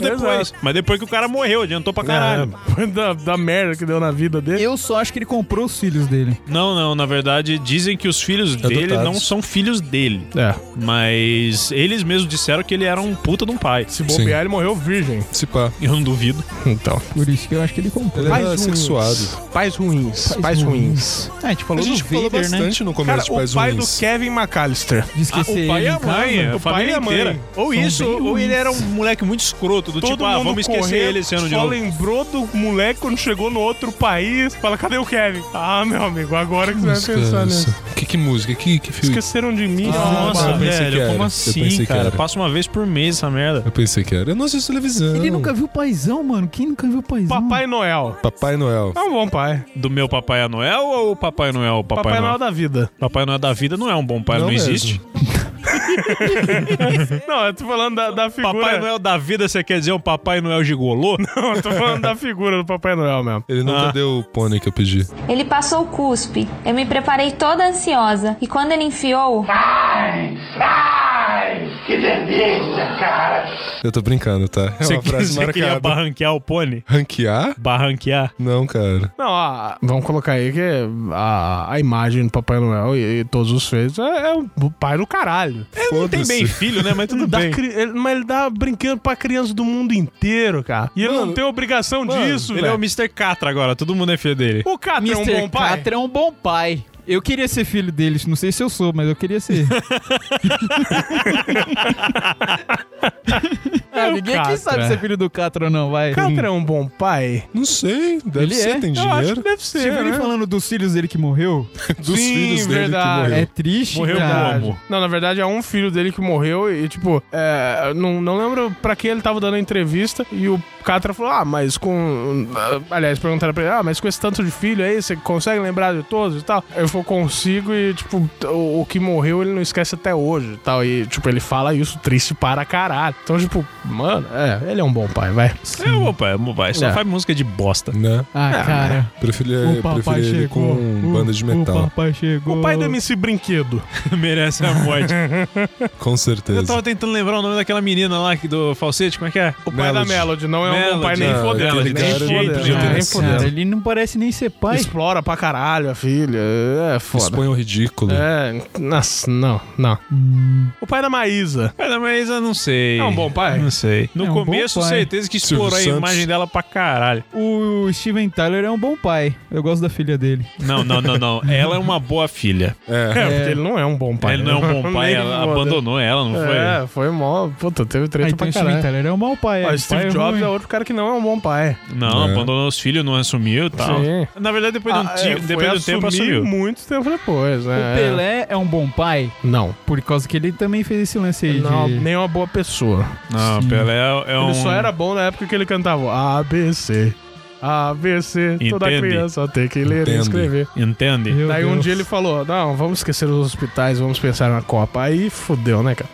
desmentiu, depois. Mas depois que o cara morreu, adiantou pra caralho.
É, da, da merda que deu na vida dele.
Eu só acho que ele comprou os filhos dele.
Não, não, na verdade, dizem que os filhos dele
Adotados.
não são filhos dele.
É.
Mas eles mesmos disseram que ele era um puta de um pai. *laughs*
Se bobear,
Sim.
ele morreu virgem.
Se pá.
Eu não duvido.
Então.
Por isso que eu acho que ele comprou.
Ele é
Pais
era
ruins.
sexuado.
Pais ruins. Pais, ruins.
Ah, a gente
A
falou
gente
do
falou
Vader, né?
bastante no
Cara,
começo um de pais
o pai
ruins.
do Kevin McAllister.
De esquecer
Ah, o pai e
ele em
a mãe,
casa.
a família
pai e a
inteira.
mãe.
Ou
São
isso,
bem
ou ele
ruins.
era um moleque muito escroto, do tipo, ah, vamos esquecer
correu,
ele esse ano de
só
novo.
lembrou do moleque quando chegou no outro país. Fala, cadê o Kevin? Ah, meu amigo, agora que você vai pensar nisso.
Que, que música? Que, que filme?
Esqueceram de mim.
Nossa,
Eu pensei que
velho,
era.
como
Eu
assim,
pensei que
cara?
era.
Passa uma vez por mês essa merda.
Eu pensei que era. Eu não assisto televisão.
Ele nunca viu o paizão, mano. Quem nunca viu o paizão?
Papai Noel.
Papai Noel.
Ah,
É um bom pai.
Do meu Papai Noel ou o Papai Noel? Papai,
Papai
Noel.
Noel da vida.
Papai Noel da vida não é um bom pai, não,
mesmo.
existe.
Não, eu tô falando da, da figura.
Papai Noel da vida, você quer dizer um Papai Noel gigolô?
Não, eu tô falando da figura do Papai Noel mesmo.
Ele nunca
Ah.
deu o pônei que eu pedi.
Ele passou o cuspe. Eu me preparei toda ansiosa. E quando ele enfiou,
Eu tô brincando, tá? É
Você
uma frase
você queria *laughs*
marcada.
barranquear o pônei?
Ranquear?
Barranquear?
Não, cara.
Não, ó, vamos colocar aí que a, a imagem do Papai Noel e, e todos os feitos é, é o pai do caralho.
Ele É, não tem
Foda-se.
bem filho, né? Mas
*laughs*
tudo
Dá
bem.
cri- ele- mas ele dá brinquedo pra criança do mundo inteiro, cara. E ele não tem obrigação disso,
Ele é o
velho.
Mr. Catra agora, todo mundo é filho dele.
O Catra é um
Mr.
bom pai.
Catra é um bom pai. Eu queria ser filho deles. Não sei se eu sou, mas eu queria ser. ah,
o
ninguém
Catra.
aqui sabe se é filho do Catra ou não, vai. Hum.
O Catra é um bom pai?
Não sei. Deve
Ele
ser,
é.
tem
Eu acho que
dinheiro.
deve
Você
ser,
viu ele
né?
falando dos filhos dele que morreu?
Dos
Sim,
filhos dele
verdade.
que
É
morreu.
triste,
Morreu
cara.
como?
Não, na verdade é um filho dele que morreu e, tipo, é, não, não lembro pra quem ele tava dando a entrevista e o Catra falou, ah, mas com... Aliás, perguntaram pra ele, ah, mas com esse tanto de filho aí, você consegue lembrar de todos e tal? Eu falou, consigo e, tipo, o, o que morreu ele não esquece até hoje e tal. E, tipo, ele fala isso triste para caralho. Então, tipo, mano, é, ele é um bom pai, vai.
É um bom pai, é um bom pai. Só
É.
faz música de
*laughs*
bosta.
Né?
Ah, cara.
Preferi,
O papai
preferi ele
chegou.
com
o,
banda de
O
metal.
papai chegou.
O pai do MC Brinquedo.
Merece a morte.
Com
Eu
certeza.
tava tentando lembrar o nome daquela menina lá que- do falsete, como é que é?
O pai da Melody.
Melody.
Não é um bom pai nem
Melody,
fodendo.
Melody,
aquele
nem
cara
jeito,
não
né?
tem
Ah,
nem
noção.
cara, ele não parece nem ser pai.
Explora pra caralho a filha. É foda.
Expõe o ridículo.
É, nossa, não, não. O pai da Maísa.
Mas, mas eu não sei.
É um bom pai?
Não sei. No
É um bom
começo,
pai.
certeza que
Silvio
explorou a
Santos.
imagem dela pra caralho.
O Steven Tyler é um bom pai. Eu gosto da filha dele.
Não, não, não,
*laughs*
não. Ela é uma boa filha.
É.
É, porque ele não é um bom pai.
Ele não é um
*laughs*
bom pai,
Nem
ela
foda.
abandonou ela, não foi?
É, foi mó. Puta, teve
Ah,
treta
então
pra
o Steven
caralho.
Tyler é um mau pai. é
Ó,
um
Steve
pai
Jobs
ruim.
é outro cara que não é um bom pai.
Não,
É.
abandonou os filhos, não assumiu e tal.
Sim.
Na verdade, Tá. depois de um
Ah,
ti-
é, foi
depois do tempo
assumir
assumiu.
muito tempo depois, né?
O Pelé é um bom pai
Não.
por causa que ele também fez esse lance aí
Não,
de...
nem uma boa pessoa.
Não,
Sim.
Pelé é, é um.
Ele só era bom na época que ele cantava ABC. ABC, toda
Entende?
criança tem que ler e
Entende.
escrever.
Entende?
Meu
Daí um
Deus.
dia ele falou: Não, vamos esquecer os hospitais, vamos pensar na Copa. Aí fudeu, né, cara?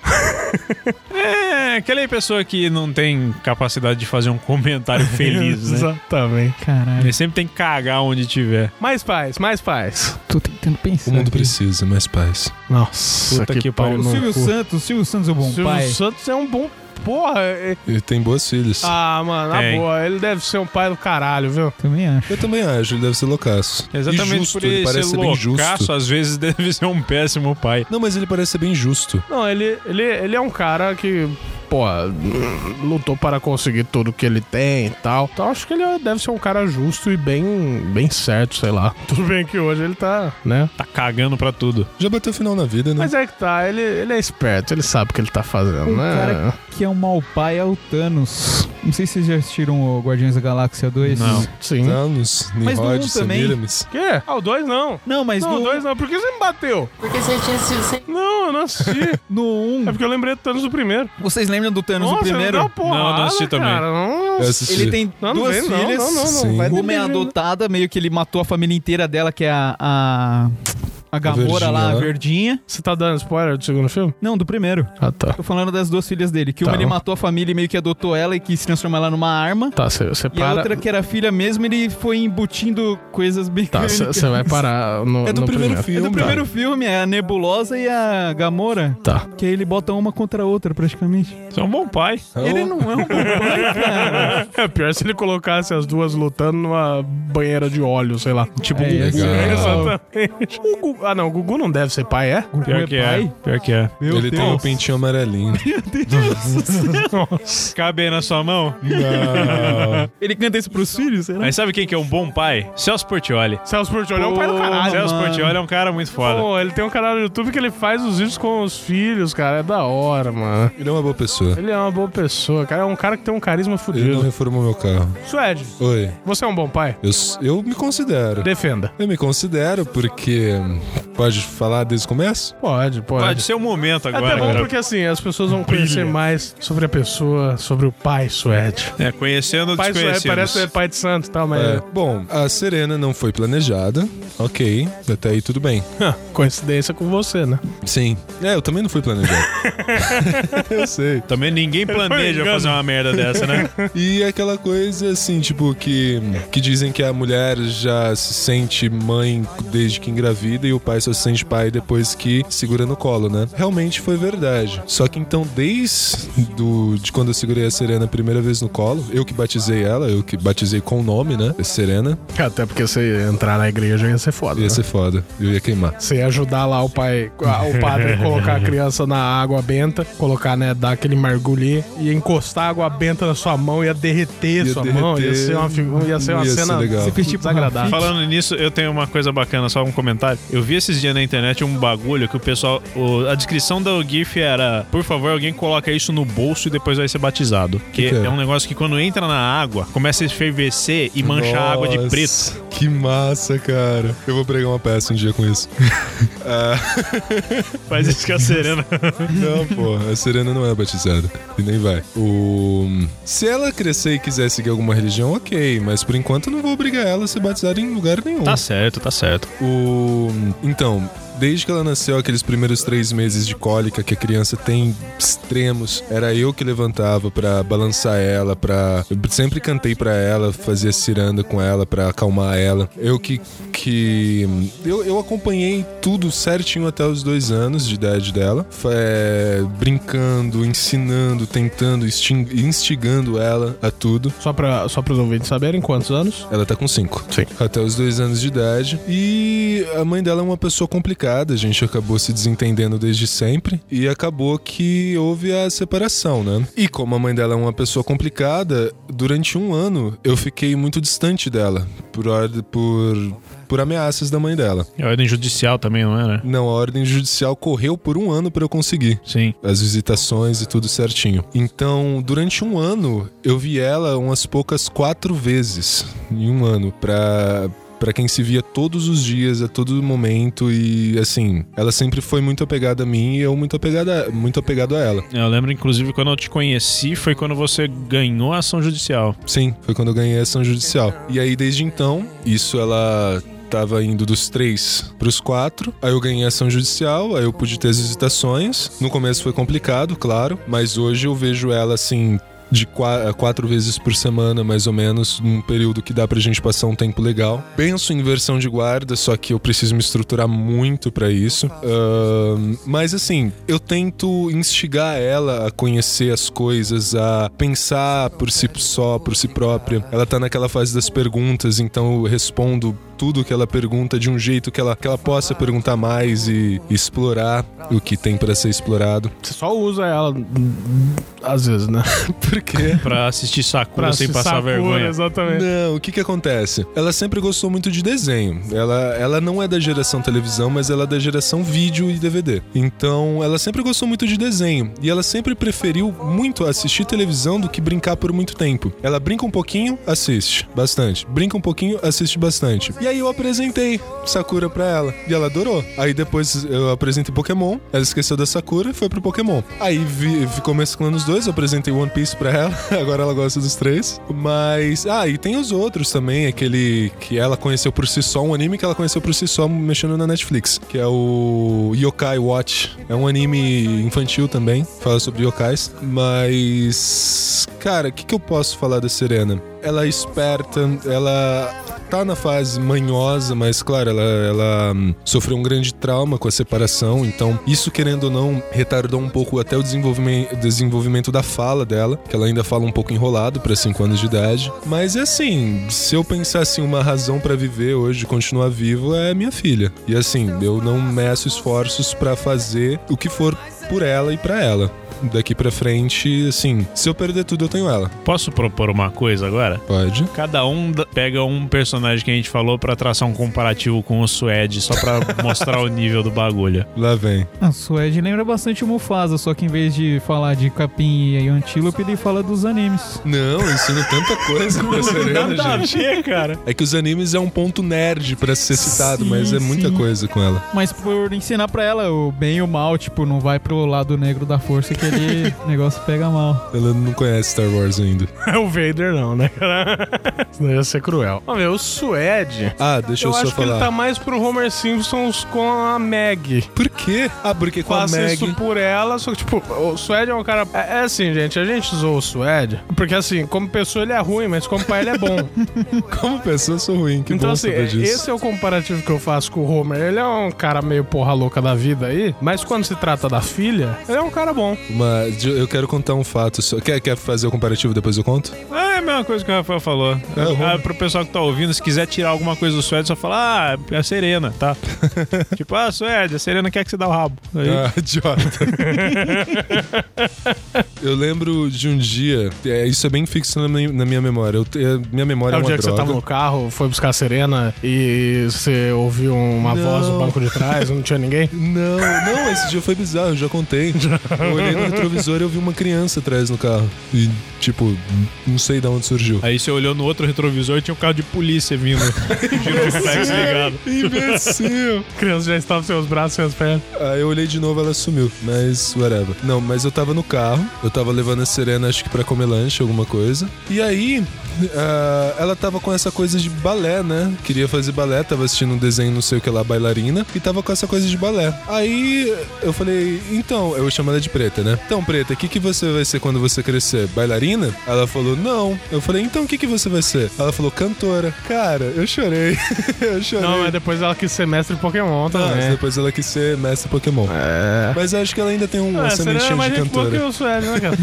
É, aquela pessoa que não tem capacidade de fazer um
*laughs*
comentário feliz, né?
Exatamente.
Caralho,
Ele sempre tem que cagar onde tiver.
Mais pais, mais pais.
tô tentando pensar.
O mundo
aqui.
precisa, mais paz.
Nossa,
Puta que pariu.
O
no
Silvio
cu.
Santos, o Silvio Santos é um bom
um Silvio
pai.
Santos é um bom. Porra. é-
Ele tem boas filhas.
Ah, mano, na
Tem.
boa, ele deve ser um pai do caralho, viu?
Também acho.
Eu também acho, ele deve ser loucaço.
Exatamente
E justo,
por ele,
parece
ser
ser bem justo.
loucaço, às vezes *laughs* deve ser um péssimo pai.
Não, mas ele parece ser bem justo.
Não, ele, ele, ele é um cara que, porra, lutou para conseguir tudo que ele tem e tal. Então acho que ele deve ser um cara justo e bem, bem certo, sei lá. *laughs* Tudo bem que hoje ele tá, né?
Tá cagando pra tudo.
Já bateu final na vida, né?
Mas é que tá, ele, ele é esperto, ele sabe o que ele tá fazendo,
Um
né?
cara que é é um mau pai é o Thanos. Não sei se vocês já assistiram o Guardiões da Galáxia 2.
Não.
Sim.
Thanos,
Mas no um
Nimrod, Sam
também.
Williams.
Quê? Ah, o 2 não.
Não, mas
não, o
no,
2 não. Por que você me bateu?
Porque você tinha sido sem
Não, eu não assisti. é
*laughs* no 1,
porque eu lembrei do Thanos do primeiro.
vocês lembram do Thanos
Nossa,
do primeiro?
Não, dá uma porrada,
Não, eu não assisti também.
Cara. Não,
Eu assisti.
Ele tem
não, não
duas
vem,
filhas.
Não, não, não. não.
Sim.
Vai
Uma é
dormir,
adotada, meio que ele matou a família inteira dela, que é a. A, a Gamora
verdinha
lá, a
lá.
verdinha.
Você tá dando spoiler do segundo filme?
Não, do primeiro.
Ah, tá.
Tô falando das duas filhas dele. Que uma
Tá.
ele matou a família e meio que adotou ela e quis transformar ela numa arma.
Tá, você você
E a
para.
outra é que era filha mesmo, ele foi embutindo coisas *laughs*
Tá,
mecânicas.
você você vai parar no,
É do
no
primeiro
É
filme.
do primeiro filme, é a Nebulosa e a Gamora.
Tá.
Que aí ele bota uma contra a outra, praticamente.
Você é um bom pai.
Ah, Então,
Ele não é um bom pai, cara.
É pior se ele colocasse as duas lutando numa banheira de óleo, sei lá.
Tipo,
É,
um-
esse
legal.
é o-
Exatamente. O Gugu- Ah, não, o Gugu não deve ser pai, é?
o
pior
meu
que é.
pai.
Pior que é.
Meu
Ele
Deus.
tem um pentinho
*laughs*
amarelinho.
Cabe aí na sua mão.
Não.
Ele canta isso pros filhos, será?
Mas sabe quem que é um bom pai? Celso Portioli.
Celso Portiolli é um pai do caralho.
Celso
mano.
Portioli é um cara muito foda.
Pô, ele tem um canal no YouTube que ele faz os vídeos com os filhos, cara. É da hora, mano.
Ele é uma boa pessoa.
Ele é uma boa pessoa, cara. É um cara que tem um
Ele
carisma
é um- não
fudido.
reformou meu carro.
Suede,
Oi.
você é um bom pai?
Eu, s- eu me considero.
Defenda.
Eu me considero porque. Pode falar desde o começo?
Pode,
Pode
pode.
ser o Tá momento
É até
agora. né?
bom
cara.
porque assim, as pessoas vão conhecer mais sobre a pessoa, sobre o pai Suede.
É, conhecendo
Pai Suede
desconhecidos.
parece ser pai de santo e tal, mas
É, bom, a Serena não foi planejada. Ok, até aí tudo bem.
é coincidência com você, né?
Sim. É, eu também não
*laughs*
fui planejado. *laughs* eu sei.
Também ninguém planeja
engano.
fazer uma merda dessa, né?
E é aquela coisa assim, tipo, que, que dizem que a mulher já se sente mãe desde que engravida e o pai só se sente pai depois que segura no colo, né? Realmente foi verdade. Só que então, desde do, de quando eu segurei a Serena a primeira vez no colo, eu que batizei ela, eu que batizei com o nome, né? Serena,
Até porque você entrar na igreja ia ser foda. né?
ia ser foda. Eu ia queimar.
Você ia ajudar lá o pai, a- o padre a colocar a criança na água benta, colocar, né, dar aquele mergulhinho e encostar a água benta na sua mão, ia derreter
Ia
sua mão, ia
derreter.
ser uma, figu- ia ser uma
Ia ser
cena
legal. Você
fez tipo
desagradável.
Falando nisso, eu tenho uma coisa bacana, só um comentário. Eu vi esses dias na internet um bagulho que o pessoal. o- a descrição do GIF era: por favor, alguém coloca isso no bolso e depois vai ser batizado. Que,
Que que é?
é? um negócio que quando entra na água, começa a esfervecer e mancha a água de
Nossa,
preto.
Que massa, cara. Eu vou pregar uma peça um dia com isso.
Faz isso que a serena.
Não, pô, a Serena não é batizada. E nem vai. O... Se ela crescer e quiser seguir alguma religião, ok. Mas por enquanto eu não vou obrigar ela a ser batizada em lugar nenhum.
tá certo, tá certo.
O... Então, desde que ela nasceu, aqueles primeiros três meses de cólica que a criança tem extremos, era eu que levantava pra balançar ela, pra. Eu sempre cantei pra ela, fazia ciranda com ela pra acalmar ela. Eu que. que... Eu, eu acompanhei tudo certinho até os dois anos de idade dela, Fa- é, brincando, ensinando, tentando, instin- instigando ela a tudo.
Só, pra, só pros ouvintes saberem quantos anos.
Ela tá com 5.
Sim.
Até os dois anos de idade. E a mãe dela é uma pessoa complicada, a gente acabou se desentendendo desde sempre. E acabou que houve a separação, né? E como a mãe dela é uma pessoa complicada, durante um ano eu fiquei muito distante dela. Por, ord- por, por ameaças da mãe dela.
É ordem judicial também, não é, né?
Não, a ordem judicial correu por um ano pra eu conseguir
Sim.
as visitações e tudo certinho. Então, durante um ano, eu vi ela umas poucas quatro vezes em um ano pra. Pra quem se via todos os dias, a todo momento, e assim, ela sempre foi muito apegada a mim e eu muito, apegada, muito apegado a ela.
Eu lembro, inclusive, quando eu te conheci, foi quando você ganhou a ação judicial.
Sim, foi quando eu ganhei a ação judicial. E aí, desde então, isso ela tava indo dos três pros quatro. Aí eu ganhei a ação judicial, aí eu pude ter as visitações. No começo foi complicado, claro, mas hoje eu vejo ela assim. De qua- quatro vezes por semana, mais ou menos, num período que dá pra gente passar um tempo legal. Penso em versão de guarda, só que eu preciso me estruturar muito pra isso. Ahn, mas assim, eu tento instigar ela a conhecer as coisas, a pensar por si só, por si própria. Ela tá naquela fase das perguntas, então eu respondo tudo que ela pergunta de um jeito que ela, que ela possa perguntar mais e explorar o que tem pra ser explorado. *laughs*
Você só usa ela às vezes, né?
Por quê?
Pra assistir Sakura sem
se
passar
Sakura,
vergonha.
Exatamente. *laughs*
Não, o que que acontece? Ela sempre gostou muito de desenho. Ela, ela não é da geração televisão, mas ela é da geração vídeo e DVD. Então, ela sempre gostou muito de desenho. E ela sempre preferiu muito assistir televisão do que brincar por muito tempo. Ela brinca um pouquinho, assiste bastante. Brinca um pouquinho, assiste bastante. E aí eu apresentei Sakura pra ela. E ela adorou. Aí depois eu apresentei Pokémon, ela esqueceu da Sakura e foi pro Pokémon. Aí vi, ficou mesclando os dois, eu apresentei One Piece pra ela, *laughs* agora ela gosta dos três. Mas. Ah, e tem os outros também, aquele que ela conheceu por si só, um anime que ela conheceu por si só mexendo na Netflix, que é o Yokai Watch. É um anime infantil também, fala sobre yokais. Mas. Cara, o que, que eu posso falar da Serena? Ela é esperta, ela tá na fase manhosa, mas claro, ela, ela, hum, sofreu um grande trauma com a separação, então isso, querendo ou não, retardou um pouco até o desenvolvimento, desenvolvimento da fala dela, que ela ainda fala um pouco enrolado para 5 anos de idade. Mas é assim, se eu pensasse em uma razão para viver hoje, continuar vivo, é minha filha. E assim, eu não meço esforços para fazer o que for por ela e para ela. Daqui pra frente, assim, se eu perder tudo, eu tenho ela.
Posso propor uma coisa agora?
Pode?
Cada um da- pega um personagem que a gente falou pra traçar um comparativo com o Suede, só pra
*laughs*
mostrar o nível do bagulho.
Lá vem.
A Suede lembra bastante o Mufasa, só que em vez de falar de capim e antílope, ele fala dos animes.
Não, eu ensino tanta
*laughs*
coisa pra Serena, gente.
ver, cara.
É que os animes é um ponto nerd pra ser citado,
Sim,
mas é muita
sim.
coisa com ela.
Mas por ensinar pra ela o bem e o mal, tipo, não vai pro lado negro da força que *laughs* ele negócio pega mal.
Ela não conhece Star Wars ainda.
o Vader não, né, cara? *laughs* Senão ia ser cruel. Vamos ver, o Suede...
Ah, deixa eu,
Eu
só
acho que ele
falar.
tá mais pro Homer Simpsons com a Maggie.
Por quê? Ah, porque com a
faça
Meg.
isso
*laughs*
por ela, só que, tipo, o Suede é um cara. É, é assim, gente, a gente zoou o Suede, porque, assim, como pessoa ele é ruim, mas como pai ele é bom.
Como pessoa, eu sou ruim. *laughs* Que
então,
bom
assim,
saber disso.
esse é o comparativo que eu faço com o Homer. Ele é um cara meio porra louca da vida aí, mas quando se trata da filha, ele é um cara bom.
Mas de- eu quero contar um fato. só. Quer, quer fazer o comparativo depois eu conto?
Ah, é a mesma coisa que o Rafael falou.
É,
o
ah, pro pessoal que tá ouvindo, se quiser tirar alguma coisa do Suede, só fala, ah, é a Serena,
*laughs*
tá? tipo, ah, Suede, a Serena quer que você dá o rabo. Aí,
É.
Ah, *laughs* idiota. eu lembro de um dia. é, isso é bem fixo na minha, na minha memória. Eu, te- minha memória
É
é,
o
uma
dia que você
droga.
tava no carro, foi buscar a Serena e você ouviu uma voz no banco de trás, não
*laughs*
tinha ninguém.
Não, não, esse dia foi bizarro, eu já contei. Eu olhei no retrovisor e eu vi uma criança atrás no carro. E, tipo, não sei de onde surgiu.
aí você olhou no outro retrovisor e tinha um carro de polícia
*laughs*
vindo. Giroflex ligado.
Imbecil!
A *laughs* criança já estava sem os braços, sem as pernas.
Aí eu olhei de novo, ela sumiu. Mas, whatever. Não, mas eu tava no carro, eu tava levando a Serena, acho que pra comer lanche, alguma coisa. E aí, ah, ela tava com essa coisa de balé, né? Queria fazer balé, tava assistindo um desenho, não sei o que lá, bailarina. E tava com essa coisa de balé. Aí eu falei, então, eu chamo ela de preta, né? Então, preta, o que, que você vai ser quando você crescer? Bailarina? Ela falou, não. Eu falei, então o que, que você vai ser? Ela falou, cantora. Cara, eu chorei. *laughs* eu chorei.
Não, mas depois ela quis ser mestre Pokémon
Ah,
também.
Depois ela quis ser mestre Pokémon.
É.
Mas eu acho que ela ainda tem uma
Ah, Serena é
sementinha
mais
de
gente boa que
cantora.
o Sueli, né, *laughs* cara?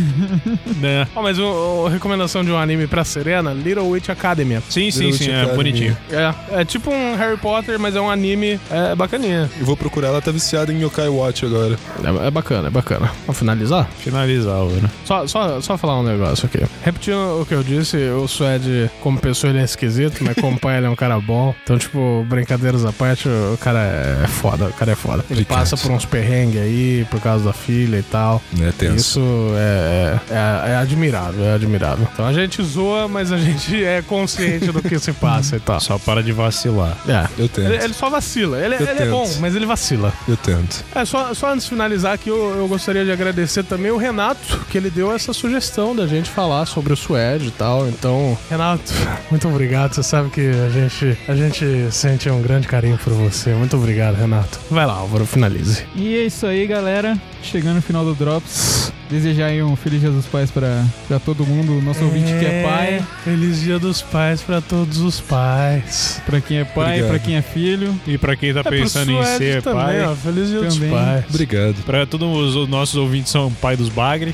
Né?
Ó, mas uma recomendação de um anime pra Serena, Little Witch Academia.
Sim, sim, sim,
Little Witch
é
Academy.
bonitinho.
É, é tipo um Harry Potter, mas é um anime é, bacaninha.
Eu vou procurar, ela tá viciada em Yokai Watch agora.
É, é bacana, é bacana. Vamos finalizar?
Finalizar, né?
Só, só, só falar um negócio aqui. Repetindo o que eu disse, o Suede, como pessoa, ele é esquisito, mas como pai, ele é um cara bom. Então, tipo, brincadeiras à parte, o cara é foda, o cara é foda. Ele
Obrigado.
passa por uns perrengues aí, por causa da filha e tal.
É
Isso é, é- é admirável, é admirável. Então a gente zoa, mas a gente *laughs* é consciente do que se passa e tal.
Só para de vacilar.
É.
Eu tento,
Ele, ele só vacila. Ele, ele é
tento.
bom, mas ele vacila.
eu tento.
É, só, só antes de finalizar aqui, eu, eu gostaria de agradecer também o Renato, que ele deu essa sugestão da gente falar sobre o Suede e tal. Então, Renato, *laughs* muito obrigado. Você sabe que a gente, a gente sente um grande carinho por você. Muito obrigado, Renato. Vai lá, Álvaro, finalize.
E é isso aí, galera. Chegando no final do Drops. Desejar aí um Feliz Dia dos Pais pra, pra todo mundo, nosso ouvinte que é pai,
Feliz Dia dos Pais pra todos os pais.
pra quem é pai,
Obrigado.
pra quem é filho.
E pra quem tá
É pro
pensando em
Suede
ser
também,
pai.
ó. Feliz Dia
Também.
dos Pais.
Obrigado.
Pra todos os nossos ouvintes são pai dos bagre.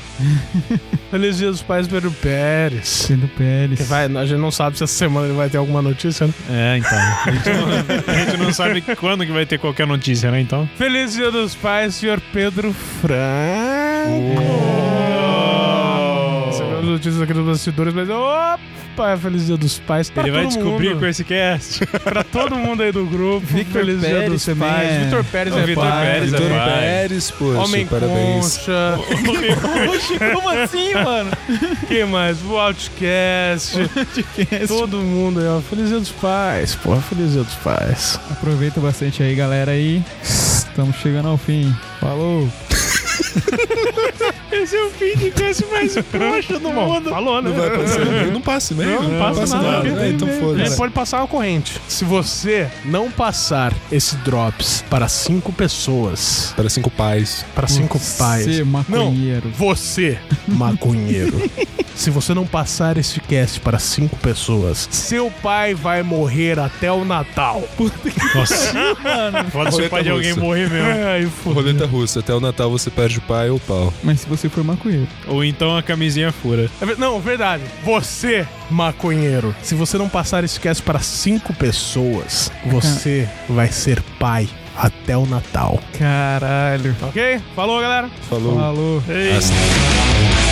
Feliz Dia dos Pais Pedro Pérez.
Sendo Pérez.
Que Vai, a gente não sabe se essa semana ele vai ter alguma notícia, né?
É, então. *laughs* A gente não, a gente não sabe quando que vai ter qualquer notícia, né? Então.
Feliz Dia dos Pais, senhor Pedro Franco.
Oh!
Recebemos notícias aqui dos bastidores, mas opa, é feliz Dia dos Pais. Pra
Ele vai
todo
descobrir
mundo,
com esse cast.
pra todo mundo aí do grupo.
Victor
feliz Dia
Pérez
dos
também
Pais.
é-
Vitor Pérez
O
é
Vitor
pai.
Pérez é
Vitor
pai.
Pérez, poxa,
Homem
parabéns.
concha.
Oxi, como assim, mano?
que mais? O Outcast. Todo mundo aí, ó. Feliz Dia dos Pais. Porra, feliz Dia dos Pais.
Aproveita bastante aí, galera, e estamos chegando ao fim. Falou!
Esse é o fim de cast mais poxa do mundo. Falou, né?
Não vai passar e-mail? Não passa e-mail?
Não, não
né?
passa nada, porque
né?
tem
Então
e-mail. Ele
foda-se.
pode passar uma corrente. Se você não passar esse Drops para cinco pessoas,
Para cinco pais.
para cinco pais,
Ser maconheiro.
você, maconheiro, se você não passar esse cast para cinco pessoas, seu pai vai morrer até o Natal.
Pode ser o pai de alguém
Roleta russa.
morrer mesmo.
Ai, fudeu.
Roleta russa, até o Natal você perde o pai ou o pau.
Mas se você for maconheiro.
Ou então a camisinha fura.
É ver- Não, verdade. Você, maconheiro, se você não passar esse cast para cinco pessoas, você vai ser pai até o Natal.
Caralho. tá
Ok? Falou, galera.
Falou.
Falou.
Hasta-